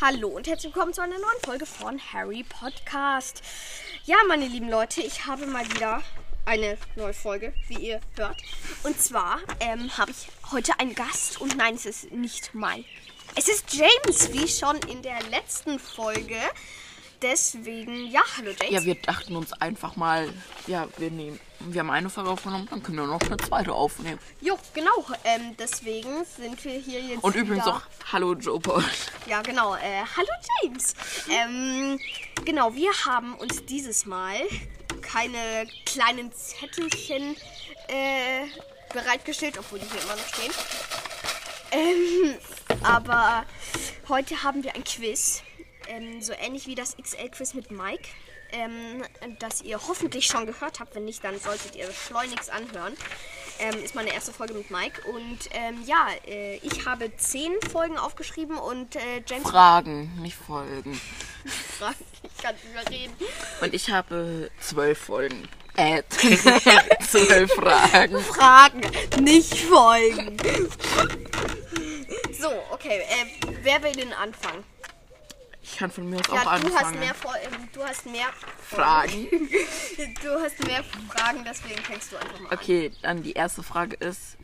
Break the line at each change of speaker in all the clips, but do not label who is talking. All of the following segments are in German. Hallo und herzlich willkommen zu einer neuen Folge von Harry Podcast. Ja, meine lieben Leute, ich habe mal wieder eine neue Folge, wie ihr hört. Und zwar ähm, habe ich heute einen Gast und nein, es ist nicht mein. Es ist James, wie schon in der letzten Folge. Deswegen, ja, hallo James.
Ja, wir dachten uns einfach mal, ja, wir nehmen, wir haben eine Folge aufgenommen, dann können wir noch eine zweite aufnehmen.
Jo, genau. Ähm, deswegen sind wir hier jetzt.
Und übrigens
wieder-
auch, hallo Joe Paul.
Ja, genau. Äh, hallo James. Ähm, genau, wir haben uns dieses Mal keine kleinen Zettelchen äh, bereitgestellt, obwohl die hier immer noch stehen. Ähm, aber heute haben wir ein Quiz, ähm, so ähnlich wie das XL-Quiz mit Mike, ähm, das ihr hoffentlich schon gehört habt. Wenn nicht, dann solltet ihr schleunigst anhören. Ähm, ist meine erste Folge mit Mike. Und ähm, ja, äh, ich habe zehn Folgen aufgeschrieben und äh, James
Fragen, nicht Folgen.
fragt, ich kann nicht mehr reden.
Und ich habe zwölf Folgen. Äh, zwölf Fragen.
Fragen, nicht Folgen. So, okay. Äh, wer will den Anfang?
Ich kann von mir aus
Ja,
auch
du hast
anfangen.
mehr, Fol- ähm, du hast mehr
Fragen.
Du hast mehr Fragen, deswegen fängst du einfach mal an.
Okay, dann die erste Frage ist,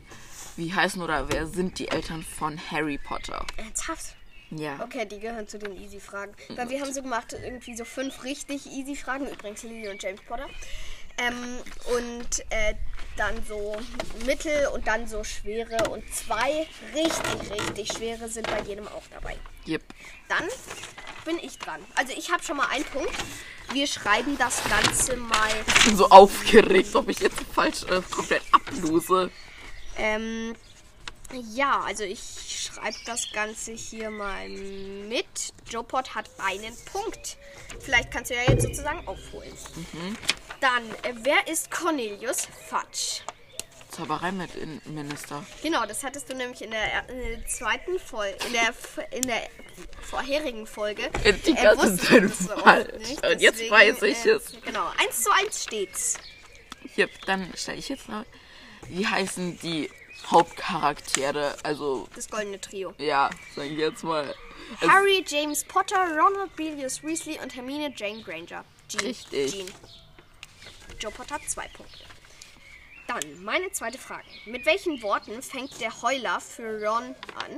wie heißen oder wer sind die Eltern von Harry Potter?
Ernsthaft?
Ja.
Okay, die gehören zu den Easy-Fragen. Weil wir haben so gemacht, irgendwie so fünf richtig Easy-Fragen. Übrigens Lily und James Potter. Ähm, und äh, dann so mittel und dann so schwere. Und zwei richtig, richtig schwere sind bei jedem auch dabei.
Yep.
Dann bin ich dran. Also ich habe schon mal einen Punkt. Wir schreiben das Ganze mal
Ich bin so aufgeregt, ob ich jetzt falsch äh, komplett ablose.
Ähm, ja, also ich schreibe das Ganze hier mal mit. Jopot hat einen Punkt. Vielleicht kannst du ja jetzt sozusagen aufholen. Dann, äh, wer ist Cornelius Fatsch?
Zauberei mit in Minister.
Genau, das hattest du nämlich in der, er- in der zweiten Folge, in der, f- in der vorherigen Folge.
Die
Äh,
ganze
wusstest
Zeit
du das so oft
falsch.
nicht,
Und jetzt
deswegen,
weiß ich
äh,
es.
Genau, 1 zu 1 steht's.
Hier, dann stelle ich jetzt noch. Wie heißen die Hauptcharaktere? Also,
Das goldene Trio.
ja, sagen wir jetzt mal. Also,
Harry, James Potter, Ronald Belius Weasley und Hermine Jane Granger. Jean.
Richtig.
Jean. Joe Potter hat zwei Punkte. Dann meine zweite Frage. Mit welchen Worten fängt der Heuler für Ron an?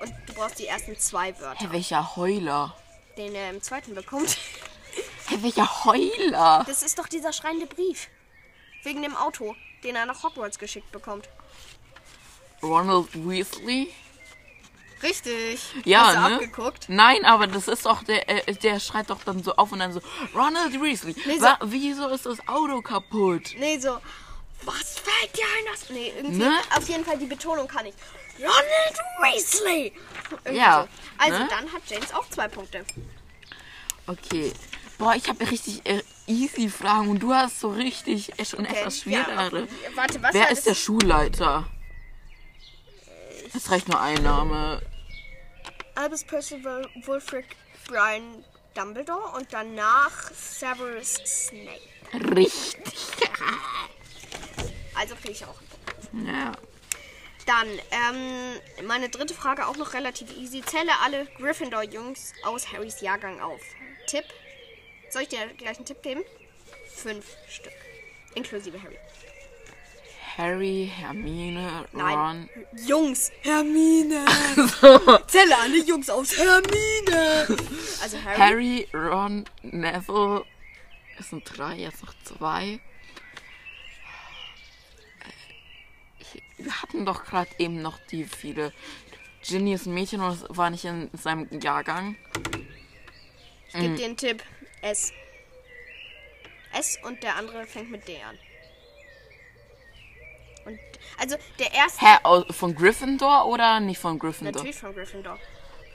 Und du brauchst die ersten zwei Wörter,
Hä, welcher Heuler?
den er im zweiten bekommt.
Hä, welcher Heuler?
Das ist doch dieser schreiende Brief. Wegen dem Auto, den er nach Hogwarts geschickt bekommt.
Ronald Weasley?
Richtig.
Ja,
Hast du
ne?
abgeguckt?
Nein, aber das ist doch, der, äh, der schreit doch dann so auf und dann so, Ronald Weasley,
Nee, so-
wa- wieso ist das Auto kaputt?
Nee, so. Was fällt dir ein? Das? Nee, irgendwie.
Ne?
Auf jeden Fall die Betonung kann ich. Ronald Weasley! Irgendwie
Ja,
So. Also
ne?
dann hat James auch zwei Punkte.
Okay. Boah, ich habe richtig äh, easy Fragen und du hast so richtig äh, schon etwas
Okay, ja,
schwerere.
okay. Warte, was
Wer
war
ist der
das?
Schulleiter? Es reicht nur ein Name.
Albus Percival Wulfric Brian Dumbledore und danach Severus Snape.
Richtig.
Also kriege ich auch einen Punkt.
Ja.
Dann, ähm, meine dritte Frage auch noch relativ easy. Zähle alle Gryffindor-Jungs aus Harrys Jahrgang auf. Tipp. Soll ich dir gleich einen Tipp geben? Fünf Stück. Inklusive Harry.
Harry, Hermine,
Nein.
Ron.
Jungs, Hermine. Zähle alle Jungs aus Hermine. Also Harry.
Harry, Ron, Neville. Es sind drei, jetzt noch zwei. Ich- Äh, Wir hatten doch gerade eben noch die viele. Ginny ist ein Mädchen und es war nicht in seinem Jahrgang.
Ich gebe dir einen Tipp. S. S und der andere fängt mit D an. Und also der erste
Hä, au- von Gryffindor oder nicht von Gryffindor?
natürlich von Gryffindor.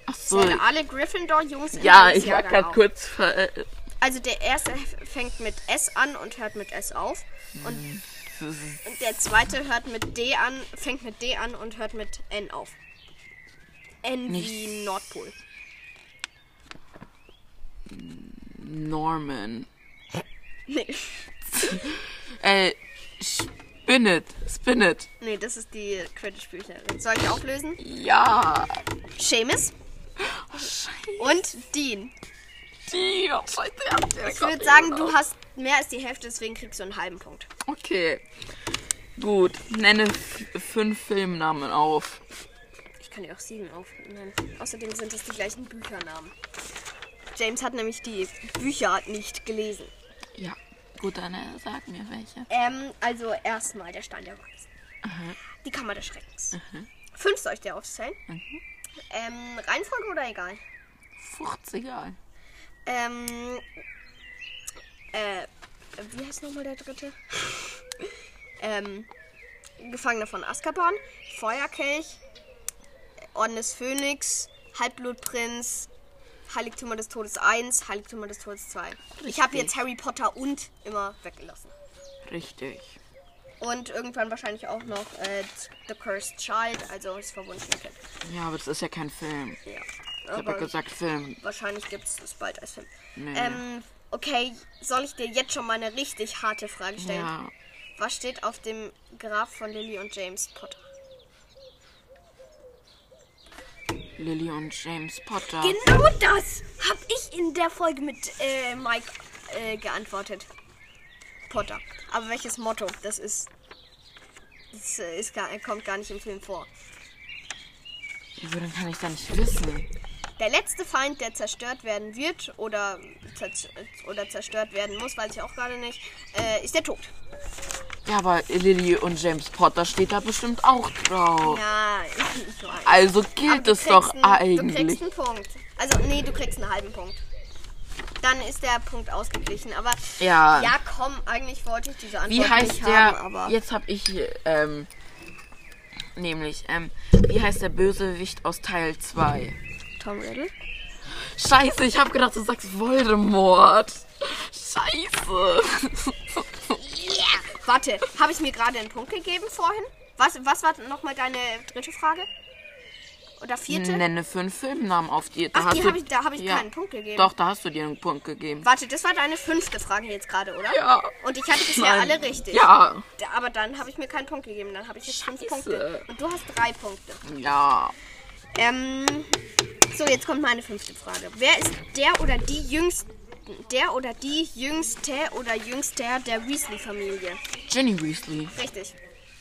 Ach so.
Zähle alle Gryffindor-Jungs in
Ja,
Harrys
ich war
Jahrgang
gerade
auf.
kurz ver äh,
Also der erste fängt mit S an und hört mit S auf. Und, und der zweite hört mit D an, fängt mit D an und hört mit N auf. N wie
Nichts.
Nordpol.
Norman.
Nee.
Äh, Spinnet. Spinnet.
Nee, das ist die Quidditch-Bücher. Soll ich auflösen?
Ja.
Seamus, Und Dean.
Die, oh, scheiße, ja, der
Ich
kommt
würde
nicht
sagen,
mehr
du
raus.
hast mehr als die Hälfte, deswegen kriegst du einen halben Punkt.
Okay. Gut, nenne f- fünf Filmnamen auf.
Ich kann dir auch sieben aufnehmen. Außerdem sind es die gleichen Büchernamen. James hat nämlich die Bücher nicht gelesen.
Ja. Gut, dann äh, sag mir welche.
Ähm, also erstmal der Stein der Weisen. Die Kammer des Schreckens. Fünf soll ich dir aufzählen. Ähm, Reihenfolge oder egal?
Furcht's egal.
Ähm, äh, wie heißt nochmal der dritte? ähm, Gefangener von Azkaban, Feuerkelch, Orden des Phönix, Halbblutprinz, Heiligtümer des Todes 1, Heiligtümer des Todes 2. Ich habe
Richtig.
jetzt Harry Potter und immer weggelassen.
Richtig.
Und irgendwann wahrscheinlich auch noch äh, The Cursed Child, also das verwundete Kind.
Ja, aber das ist ja kein Film. Ich
Ja.
hab ja
Aber
gesagt Film.
wahrscheinlich gibt es das bald als Film.
Nee.
Ähm, okay, soll ich dir jetzt schon mal eine richtig harte Frage stellen?
Ja.
Was steht auf dem Grab von Lily und James Potter?
Lily und James Potter.
Genau das habe ich in der Folge mit äh, Mike äh, geantwortet. Potter. Aber welches Motto? Das ist. Das äh, ist gar, kommt gar nicht im Film vor.
Wieso denn kann ich da nicht wissen?
Der letzte Feind, der zerstört werden wird oder, zerz- oder zerstört werden muss, weiß ich auch gerade nicht, äh, ist der Tod.
Ja, aber Lily und James Potter steht da bestimmt auch drauf.
Ja, ich, ich weiß.
Also
Aber
gilt
du
es doch
kriegst einen- Du kriegst
eigentlich.
einen Punkt. Also, nee, du kriegst einen halben Punkt. Dann ist der Punkt ausgeglichen. Aber
Ja.
ja komm, eigentlich wollte ich diese Antwort
Wie heißt
nicht
der?
haben, aber
Jetzt hab ich ähm, nämlich ähm, wie heißt der Bösewicht aus Teil 2?
Tom Riddle?
Scheiße, ich hab gedacht, du sagst Voldemort. Scheiße.
Warte, habe ich mir gerade einen Punkt gegeben vorhin? Was, was war nochmal deine dritte Frage? Oder vierte?
Nenne fünf Filmnamen auf dir.
Ach, die hab ich- da hab ich keinen Punkt gegeben.
Doch, da hast du dir einen Punkt gegeben.
Warte, das war deine fünfte Frage jetzt gerade, oder?
Ja.
Und ich hatte bisher
Nein.
alle richtig.
Ja.
Da- Aber dann habe ich mir keinen Punkt gegeben. Dann habe ich jetzt fünf
Scheiße.
Punkte. Und du hast drei Punkte.
Ja.
Ähm, so, jetzt kommt meine fünfte Frage. Wer ist der oder die jüngste, der oder die jüngste oder jüngster der Weasley-Familie?
Ginny Weasley,
Richtig.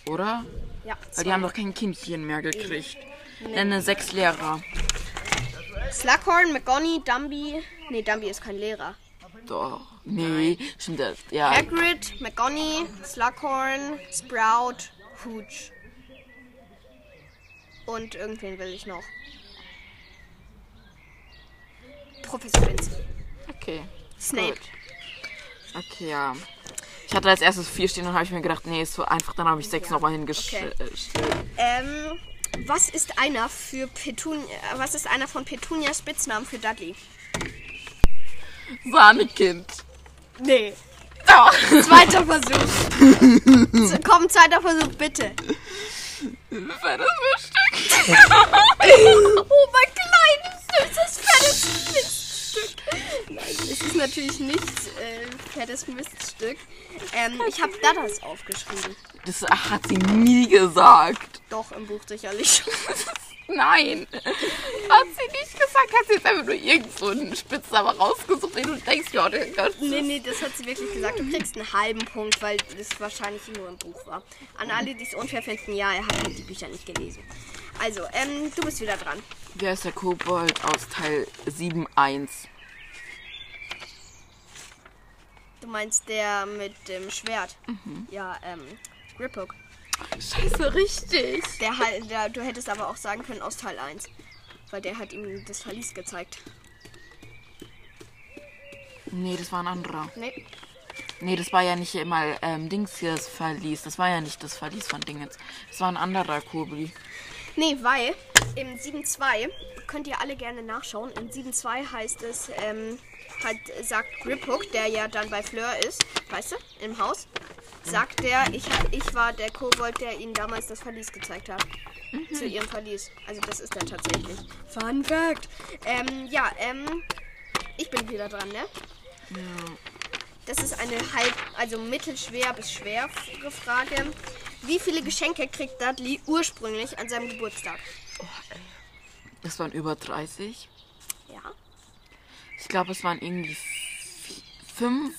oder?
Ja.
Weil die haben doch kein Kindchen mehr gekriegt. Nenne sechs Lehrer.
Slughorn, McGonny, Dumby. Nee, Dumby ist kein Lehrer.
Doch. Nee, stimmt das. Ja.
Hagrid, McGonny, Slughorn, Sprout, Hooch. Und irgendwen will ich noch. Professor Binz.
Okay.
Snape.
Gut. Okay, ja. Ich hatte als erstes vier stehen und habe ich mir gedacht, nee, ist so einfach, dann habe ich sechs nochmal hingestellt.
Ähm, was ist einer für Petun äh, was ist einer von Petunias Spitznamen für Dudley?
Sahnekind.
Nee.
Oh.
Zweiter Versuch. Z- Komm, zweiter Versuch, bitte.
Das Frühstück.
Oh, mein kleines, süßes, fettes Miststück. Nein, es ist natürlich nicht äh, fettes Miststück. Ähm, ich habe Dadas aufgeschrieben.
Das hat sie nie gesagt.
Doch, im Buch sicherlich schon.
Nein. Hat sie nicht gesagt, hat sie jetzt einfach nur irgend so einen Spitznamen rausgesucht, den du denkst, ja, der Gott.
Nee, nee, das hat sie wirklich gesagt. Du kriegst einen halben Punkt, weil das wahrscheinlich nur im Buch war. An alle, die es unfair finden, ja, er hat halt die Bücher nicht gelesen. Also, ähm, du bist wieder dran.
Wer ist der Kobold aus Teil 7.1?
Du meinst der mit dem Schwert. Ja, ähm, Griphook.
Scheiße, richtig.
Der halt, der, du hättest aber auch sagen können aus Teil 1. Weil der hat ihm das Verlies gezeigt.
Nee, das war ein anderer.
Nee,
Nee, das war ja nicht mal ähm, Dings hier das Verlies. Das war ja nicht das Verlies von Dingens. Das war ein anderer Kobli.
nee weil im 7.2, könnt ihr alle gerne nachschauen, in 7.2 heißt es, ähm, hat, sagt Griphook, der ja dann bei Fleur ist, weißt du, im Haus, sagt der, ich, ich war der Kobold, der ihnen damals das Verlies gezeigt hat. Zu ihrem Verlies. Also das ist er tatsächlich. Mhm. Fun Fact. Ähm, ja, ähm, ich bin wieder dran, ne? Das ist eine halb, also mittelschwer bis schwere Frage. Wie viele Geschenke kriegt Dudley ursprünglich an seinem Geburtstag?
Das waren über 30. glaube, es waren irgendwie vi- fünf,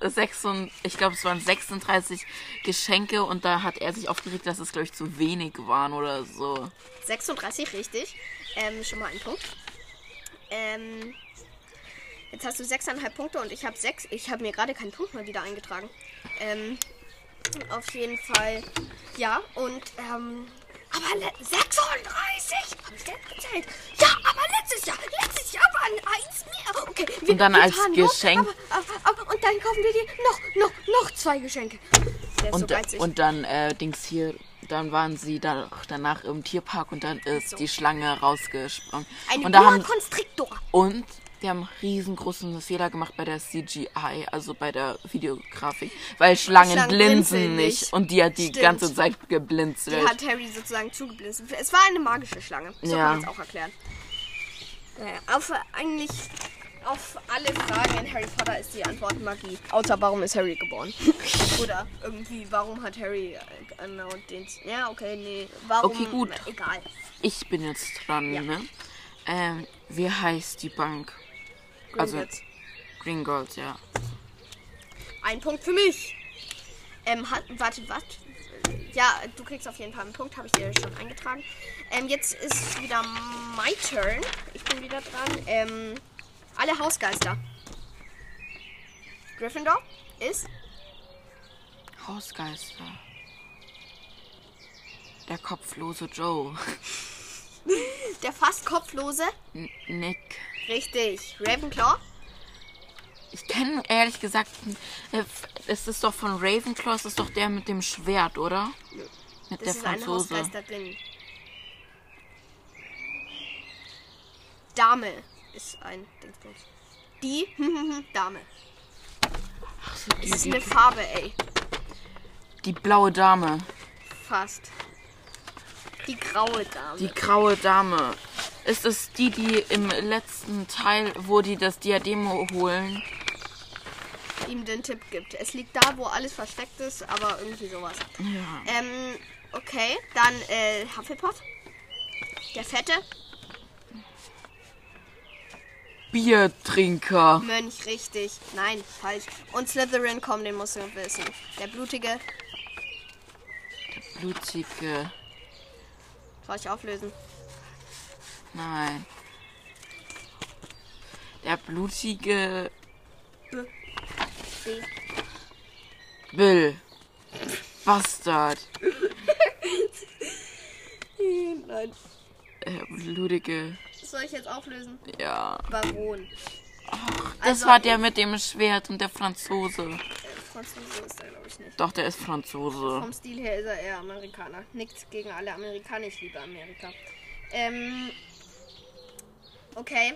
sechs und ich glaube, es waren 36 Geschenke und da hat er sich aufgeregt, dass es, glaube ich, zu wenig waren oder so.
36, richtig. Ähm, schon mal ein Punkt. Ähm, jetzt hast du 6,5 Punkte und ich habe 6. Ich habe mir gerade keinen Punkt mal wieder eingetragen. Ähm, auf jeden Fall. Ja, und ähm, aber le- 36! Hab ich denn gezählt? Ja, aber letztes Jahr, letztes Jahr waren eins mehr. Okay, wir,
Und dann
wir
als
fahren
Geschenk-
Los, aber, aber, aber, und dann kaufen wir dir noch, noch, noch zwei Geschenke. Der ist so
Und,
geizig.
und dann äh, Dings hier, dann waren sie da, danach im Tierpark und dann ist die Schlange rausgesprungen.
Eine
und da
Boa
haben
Constrictor.
und die haben riesengroßen Fehler gemacht bei der CGI, also bei der Videografik, weil Schlangen,
Schlangen blinzeln
blinzen nicht.
nicht.
und die hat die
Stimmt.
ganze Zeit geblinzelt.
Die hat Harry sozusagen zugeblinzelt. Es war eine magische Schlange. So
Ja.
kann man es auch erklären. Naja, auf äh, eigentlich auf alle Fragen in Harry Potter ist die Antwort Magie. Außer warum ist Harry geboren? Oder irgendwie, warum hat Harry äh, genau den. Ja, okay, nee. Warum?
Okay, gut.
Egal.
Ich bin jetzt dran,
Ja.
ne? Ähm, wie heißt die Bank? also
Gringotts.
Green Gold, ja.
Ein Punkt für mich. Ähm, hat, warte, was? Ja, du kriegst auf jeden Fall einen Punkt, habe ich dir schon eingetragen. Ähm, jetzt ist wieder my turn. Ich bin wieder dran. Ähm, alle Hausgeister. Gryffindor ist
Hausgeister. Der kopflose Joe.
der fast kopflose.
N Nick.
Richtig. Ravenclaw.
Ich kenne ehrlich gesagt, äh, es ist doch von Ravenclaw, es ist doch der mit dem Schwert, oder?
Das
Mit der
ist ein
Franzose.
Hausgeister drin. Dame ist ein Dingsbums. Die Dame.
Ach so, die,
Das ist
die,
eine Farbe, ey.
die blaue Dame.
Fast. Die graue Dame.
Die graue Dame. Ist es die, die im letzten Teil, wo die das Diadem holen?
Die ihm den Tipp gibt. Es liegt da, wo alles versteckt ist, aber irgendwie sowas.
Ja.
Ähm, okay, dann äh, Hufflepuff. Der fette
Biertrinker.
Mönch, richtig. Nein, falsch. Und Slytherin, komm, den musst du wissen. Der blutige,
Blutige.
soll ich auflösen?
Nein. Der blutige
B.
Bill. Bastard.
Nein.
Der Äh, blutige.
Soll ich jetzt auflösen?
Ja.
Baron.
Das
Also-
war der mit dem Schwert und der Franzose.
Äh, Franzose ist er, glaube ich, nicht.
Doch, der ist Franzose.
Vom Stil her ist er eher Amerikaner. Nichts gegen alle Amerikaner. Ich liebe Amerika. Ähm, okay.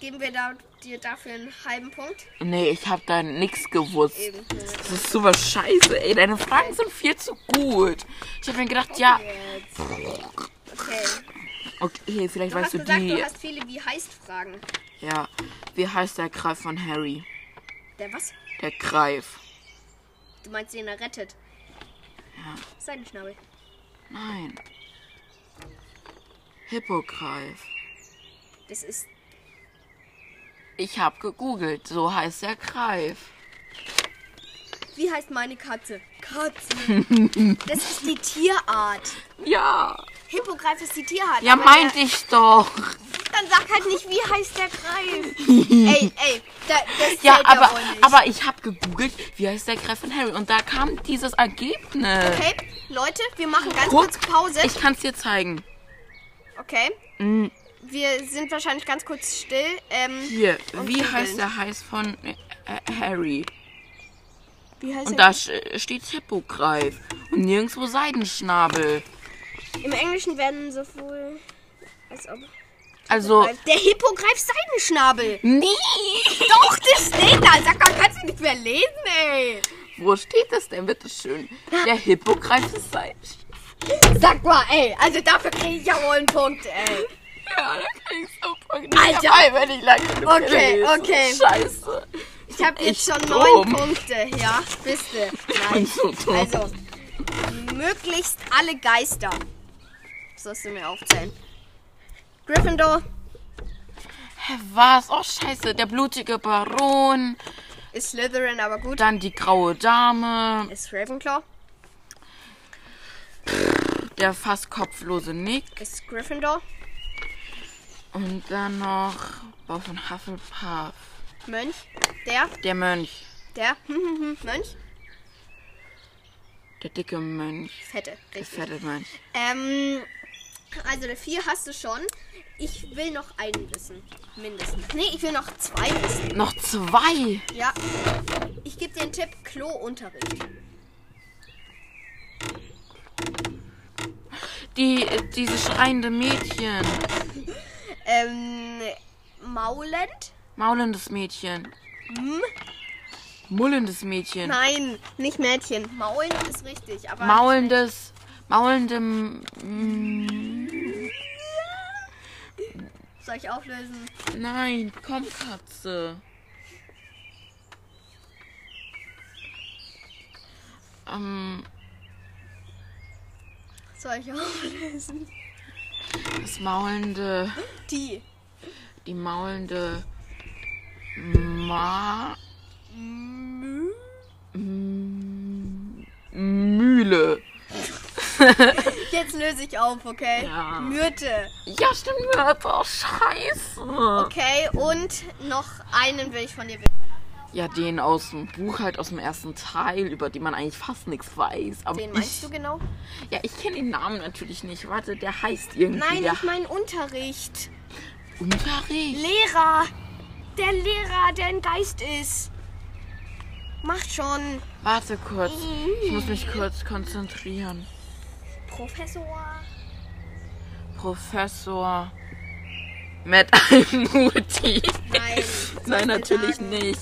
Geben wir da, dir dafür einen halben Punkt?
Nee, ich hab da nix gewusst.
Eben.
Das ist super scheiße, ey. Deine Fragen sind viel zu gut. Ich hab mir gedacht, ja,
Jetzt. Okay.
okay, vielleicht
Du
weißt
hast
du
gesagt,
die.
du hast viele wie heißt Fragen.
Ja. Wie heißt der Greif von Harry?
Der was?
Der Greif.
Du meinst, den er rettet. Seidenschnabel.
Nein. Hippogreif.
Das ist.
Ich hab gegoogelt. So heißt der Greif.
Wie heißt meine Katze? Katze. das ist die Tierart.
Ja.
Hippogreif ist die Tierart.
Ja,
aber der-
meinte ich doch.
Dann sag halt nicht, wie heißt der Greif. ey, ey, da, das
Ja,
zählt
aber,
wohl nicht.
aber ich habe gegoogelt, wie heißt der Greif von Harry? Und da kam dieses Ergebnis.
Okay, Leute, wir machen ganz
Guck,
kurz Pause.
Ich kann es dir zeigen.
Okay. Mhm. Wir sind wahrscheinlich ganz kurz still. Ähm,
Hier,
Und
wie
googeln.
heißt der Heiß von äh, äh, Harry?
wie heißt
Und
er?
da sch- äh, steht Hippogreif. Und nirgendwo Seidenschnabel.
Im Englischen werden sowohl. Als ob. Äh,
Also,
Der Hippogreif Seidenschnabel.
nee.
Doch, das steht da. Sag mal, kannst du nicht mehr lesen, ey.
Wo steht das denn, bitteschön? Der Hippogreif ist Seidenschnabel.
Sag mal, ey. Also dafür kriege ich ja wohl einen Punkt, ey.
Ja, da kann ich so nicht
Alter.
dabei, wenn ich lange genug
Okay,
lese.
okay.
Scheiße.
Ich habe jetzt
Echt
schon neun
dumm.
Punkte. Ja, bist du.
Ich
Nein.
bin so dumm.
Also, möglichst alle Geister. Sollst du mir aufzählen. Gryffindor
Hä, was? Oh, scheiße. Der blutige Baron,
ist Slytherin, aber gut.
dann die graue Dame,
Ist Ravenclaw,
der fast kopflose Nick
ist Gryffindor,
und dann noch Bob von Hufflepuff.
Mönch, der,
Der Mönch.
der, Mönch,
Der dicke Mönch.
fette,
Der
richtig.
fette Mönch.
Ähm, also der vier hast du schon. Ich will noch einen wissen, mindestens. Nee, ich will noch zwei wissen.
Noch zwei.
Ja. Ich gebe dir einen Tipp, Klounterricht.
Die, äh, diese schreiende Mädchen.
Ähm, Maulend?
Maulendes Mädchen. Mullendes Mädchen.
Nein, nicht Mädchen. Maulen ist richtig, aber...
Maulendes. Maulendem. mm,
Soll ich auflösen?
Nein, komm, Katze. Ähm,
Soll ich auflösen?
das maulende.
Die.
Die maulende. Ma.
Mü?
Mühle.
Jetzt löse ich auf, okay?
Ja.
Myrte.
Ja, stimmt, Mörder. Oh, scheiße.
Okay, und noch einen will ich von dir wissen.
Ja, den aus dem Buch, halt aus dem ersten Teil, über den man eigentlich fast nichts weiß. Aber
Den
ich,
meinst du genau?
Ja, ich kenne den Namen natürlich nicht. Warte, der heißt irgendwie.
Nein,
der
ich meine Unterricht.
Unterricht.
Lehrer. Der Lehrer, der ein Geist ist. Macht schon.
Warte kurz. Ich muss mich kurz konzentrieren.
Professor.
Professor mit einem Mutti.
Nein.
Nein,
Soll ich dir
natürlich
sagen?
nicht.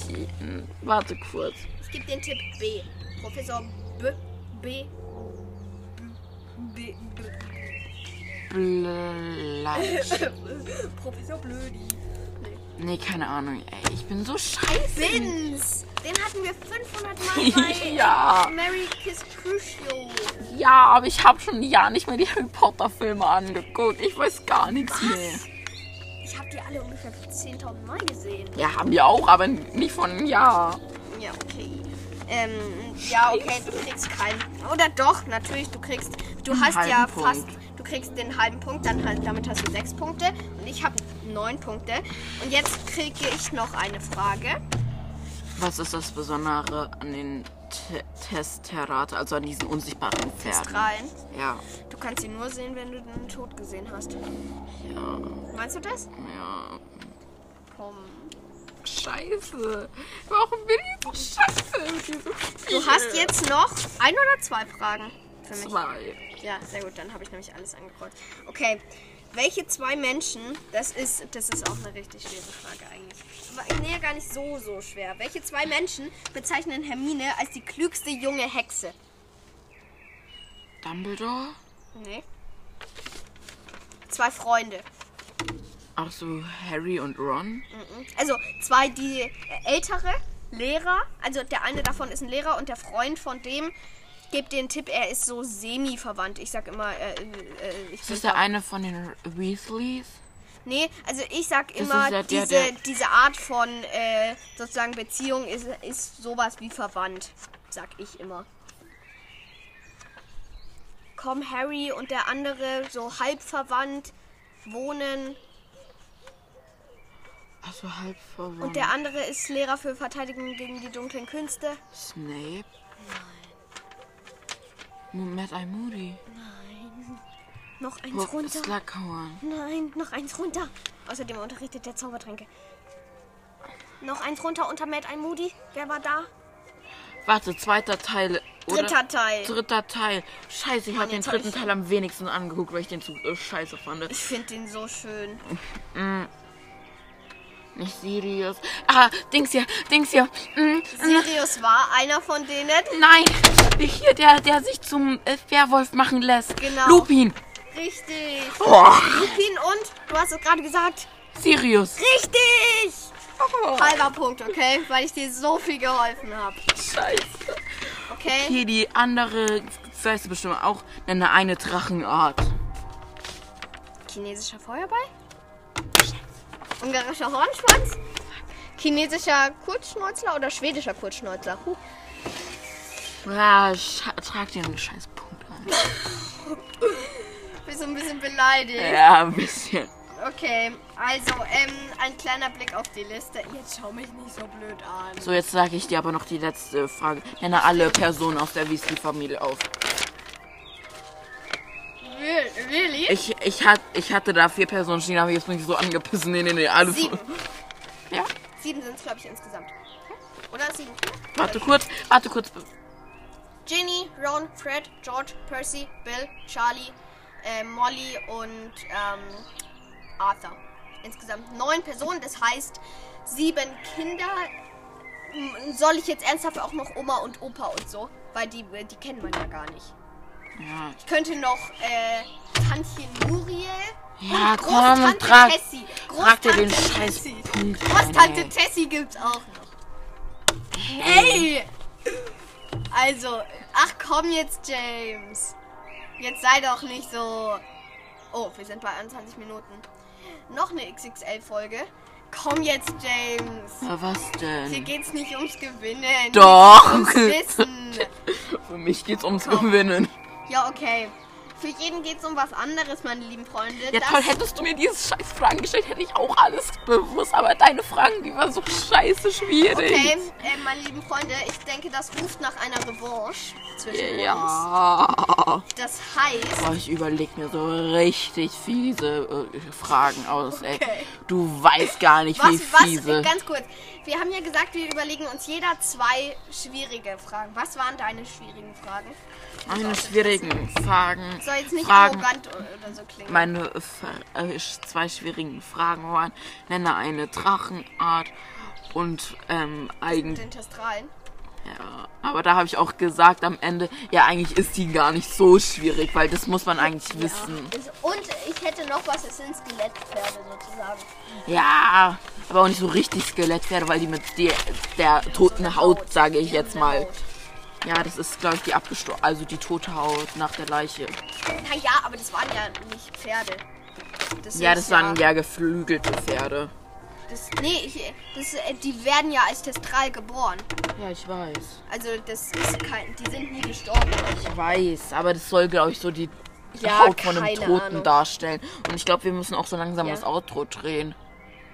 Warte kurz.
Ich gebe den Tipp B. Professor B. B. B. B.
Blatsch.
B. Professor Blödi.
Nee, keine Ahnung. Ey, ich bin so scheiße.
Bins. Den hatten wir 500 Mal bei
Ja.
Mary Kiss Crucio.
Ja, aber ich habe schon ein Jahr nicht mehr die Harry Potter Filme angeguckt. Ich weiß gar nichts mehr.
Ich habe die alle ungefähr 10.000 Mal gesehen.
Ja, haben wir auch, aber nicht von einem Jahr.
Ja, okay. Ähm, ja, okay, du kriegst keinen. Oder doch, natürlich, du kriegst. Du hast
halben
ja
Punkt.
fast. Du kriegst den halben Punkt, dann halt, damit hast du sechs Punkte. Und ich habe neun Punkte. Und jetzt kriege ich noch eine Frage.
Was ist das Besondere an den Te Testerate, also an diesen unsichtbaren Pferden?
Strahlen.
Ja,
Du kannst sie nur sehen, wenn du den Tod gesehen hast.
ja,
Meinst du das?
ja.
Komm.
Scheiße. Warum bin ich so scheiße mit diesem Spiel?
Du hast jetzt noch ein oder zwei Fragen für mich.
zwei.
Ja, sehr gut, dann habe ich nämlich alles angekreuzt. Okay, welche zwei Menschen, das ist, das ist auch eine richtig schwere Frage eigentlich. Aber, nee, gar nicht so, so schwer. Welche zwei Menschen bezeichnen Hermine als die klügste junge Hexe?
Dumbledore?
Nee. Zwei Freunde.
Ach so, Harry und Ron?
Mhm. Also zwei, die ältere, Lehrer. Also der eine davon ist ein Lehrer und der Freund von dem gibt den Tipp, er ist so semi-verwandt. Ich sag immer, äh, äh, ich
Ist das der eine von den Weasleys?
Nee, also ich sag
ist
immer,
ja der,
diese,
der-
diese Art von äh, sozusagen Beziehung ist, ist sowas wie verwandt, sag ich immer. Komm, Harry und der andere so halb verwandt wohnen
Ach so, halb verwandt.
und der andere ist Lehrer für Verteidigung gegen die dunklen Künste.
Snape? Nein. Mad Eye Moody.
Noch eins
Wo
runter.
ist Slughorn?
Nein, noch eins runter. Außerdem unterrichtet der Zaubertränke. Noch eins runter unter Matt ein Moody. Wer war da?
Warte, zweiter Teil. Oder?
Dritter Teil.
Dritter Teil. Scheiße, ich habe den
jetzt hab
dritten
ich-
Teil am wenigsten angeguckt, weil ich den zu äh, scheiße fand.
Ich finde den so schön.
Nicht Sirius. Ah, Dings hier, Dings hier. Mm,
Sirius war einer von denen.
nein, hier, der, der sich zum äh, Werwolf machen lässt.
Genau.
Lupin.
Richtig.
Oh,
Lupin und, du hast es gerade gesagt,
Sirius.
richtig.
Oh,
Halber Punkt, okay? Weil ich dir so viel geholfen habe.
scheiße.
Okay?
Hier die andere, das weißt du bestimmt auch, nenne eine Drachenart.
Chinesischer Feuerball? Ungarischer Hornschwanz, chinesischer Kurzschnäuzler oder schwedischer Kurzschnäuzler? Huh.
Ja, scha- trag dir einen scheiß Punkt ein.
Bin so ein bisschen beleidigt.
Ja, ein bisschen.
Okay, also ähm, ein kleiner Blick auf die Liste. Jetzt schau mich nicht so blöd an.
So, jetzt sage ich dir aber noch die letzte Frage. Nenne alle Personen aus der Weasley-Familie auf.
Re- Really?
Ich, ich, hat, ich hatte da vier Personen stehen, aber jetzt bin ich so angepissen. Nee, nee, nee, alle.
Sieben.
Ja?
Sieben sind es, glaube ich, insgesamt. Oder sieben?
Warte kurz, warte kurz. Äh,
Ginny, Ron, Fred, George, Percy, Bill, Charlie, äh, Molly und ähm, Arthur. Insgesamt neun Personen, das heißt sieben Kinder. M- Soll ich jetzt ernsthaft auch noch Oma und Opa und so? Weil die, äh, die kennt man ja gar nicht.
Ja,
Ich könnte noch äh, Tantchen Muriel.
Ja,
und
komm,
Großtante
trag-
Tessie.
trag dir den
Großtante
scheiß
Tessie.
Punkt ein,
Großtante
ey.
Tessie gibt's auch noch. Ey! Also, ach komm jetzt, James. Jetzt sei doch nicht so. Oh, wir sind bei 21 Minuten. Noch eine XXL-Folge. Komm jetzt, James.
Na, was
Hier
denn?
geht's nicht ums Gewinnen.
Doch.
Ums Wissen.
Für mich geht's ums Gewinnen.
Ja, okay. Für jeden geht's um was anderes, meine lieben Freunde.
Ja
Das-
toll, hättest du mir diese scheiß Fragen gestellt, hätte ich auch alles gewusst. Aber deine Fragen, die waren so scheiße schwierig.
Okay, äh, meine lieben Freunde, ich denke, das ruft nach einer Revanche zwischen uns.
Ja.
Das heißt,
Boah, ich überlege mir so richtig fiese äh, Fragen aus, ey.
Okay.
Du weißt gar nicht, wie
was, was,
fiese.
äh, ganz kurz. Wir haben ja gesagt, wir überlegen uns jeder zwei schwierige Fragen. Was waren deine schwierigen Fragen?
Meine schwierigen Fragen.
Soll jetzt nicht
Fragen.
arrogant o- oder so klingen.
Meine Fra- äh, zwei schwierigen Fragen waren: Nenne eine Drachenart und ähm,
Mit
eigen.
den Testralen.
Ja, aber da habe ich auch gesagt am Ende, ja, eigentlich ist die gar nicht so schwierig, weil das muss man eigentlich wissen.
Ist- Und ich hätte noch was, es sind Skelettpferde sozusagen.
Ja, aber auch nicht so richtig Skelettpferde, weil die mit der, der toten Haut, sage ich
Die haben
jetzt
eine
mal.
Haut.
Ja, das ist, glaube ich, die abgestorben, also die tote Haut nach der Leiche.
Naja, aber das waren ja nicht Pferde. Das
Ja,
ist
das waren ja geflügelte Pferde.
Das, nee, ich, das, äh, die werden ja als Testral geboren.
Ja, ich weiß.
Also das ist kein, die sind nie gestorben.
Ich weiß, aber das soll, glaube ich, so die
Ja,
Haut von einem
keine
Toten
Ahnung.
darstellen. Und ich glaube, wir müssen auch so langsam
Ja.
das Outro drehen.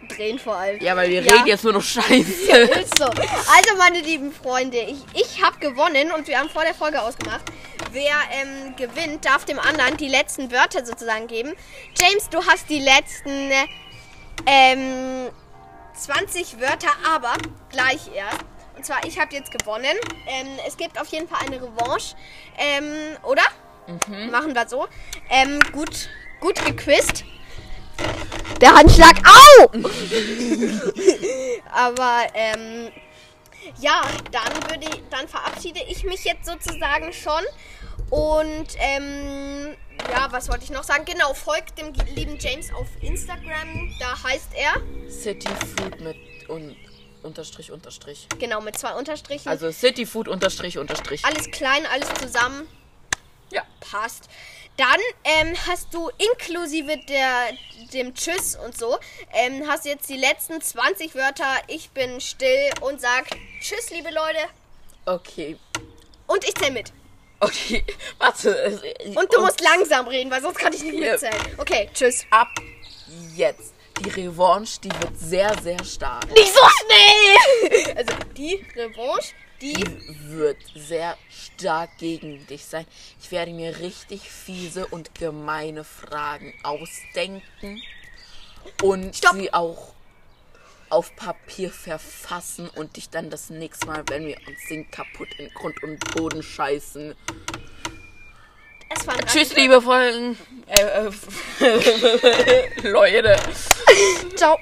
Drehen vor allem.
Ja, weil wir
Ja.
reden jetzt nur noch Scheiße.
Ist so. Also meine lieben Freunde, ich, ich habe gewonnen und wir haben vor der Folge ausgemacht, wer ähm, gewinnt, darf dem anderen die letzten Wörter sozusagen geben. James, du hast die letzten ähm, 20 Wörter, aber gleich erst. Und zwar, ich habe jetzt gewonnen. Ähm, es gibt auf jeden Fall eine Revanche, ähm, oder? Machen wir so. Ähm, gut, gut gequizt. Der Handschlag, au! Aber ähm, ja, dann würde ich, dann verabschiede ich mich jetzt sozusagen schon. Und ähm, ja, was wollte ich noch sagen? Genau, folgt dem lieben James auf Instagram. Da heißt er,
City Food mit und unterstrich unterstrich.
genau, mit zwei Unterstrichen.
Also City Food unterstrich unterstrich.
alles klein, alles zusammen.
Ja.
Passt. Dann ähm, hast du inklusive der, dem Tschüss und so, ähm, hast jetzt die letzten 20 Wörter. Ich bin still und sag Tschüss, liebe Leute.
Okay.
Und ich zähle mit.
Okay. Warte.
Und du musst langsam reden, weil sonst kann ich nicht
Ja.
mitzählen. Okay, tschüss.
ab jetzt. Die Revanche, die wird sehr, sehr stark.
Nicht so schnell! Also die Revanche, die.
Die wird sehr stark gegen dich sein. Ich werde mir richtig fiese und gemeine Fragen ausdenken und
Stopp.
sie auch auf Papier verfassen und dich dann das nächste Mal, wenn wir uns sehen, kaputt in Grund und Boden scheißen.
Es war ein
Tschüss, liebe Folgen. Äh, äh, Leute.
Ciao.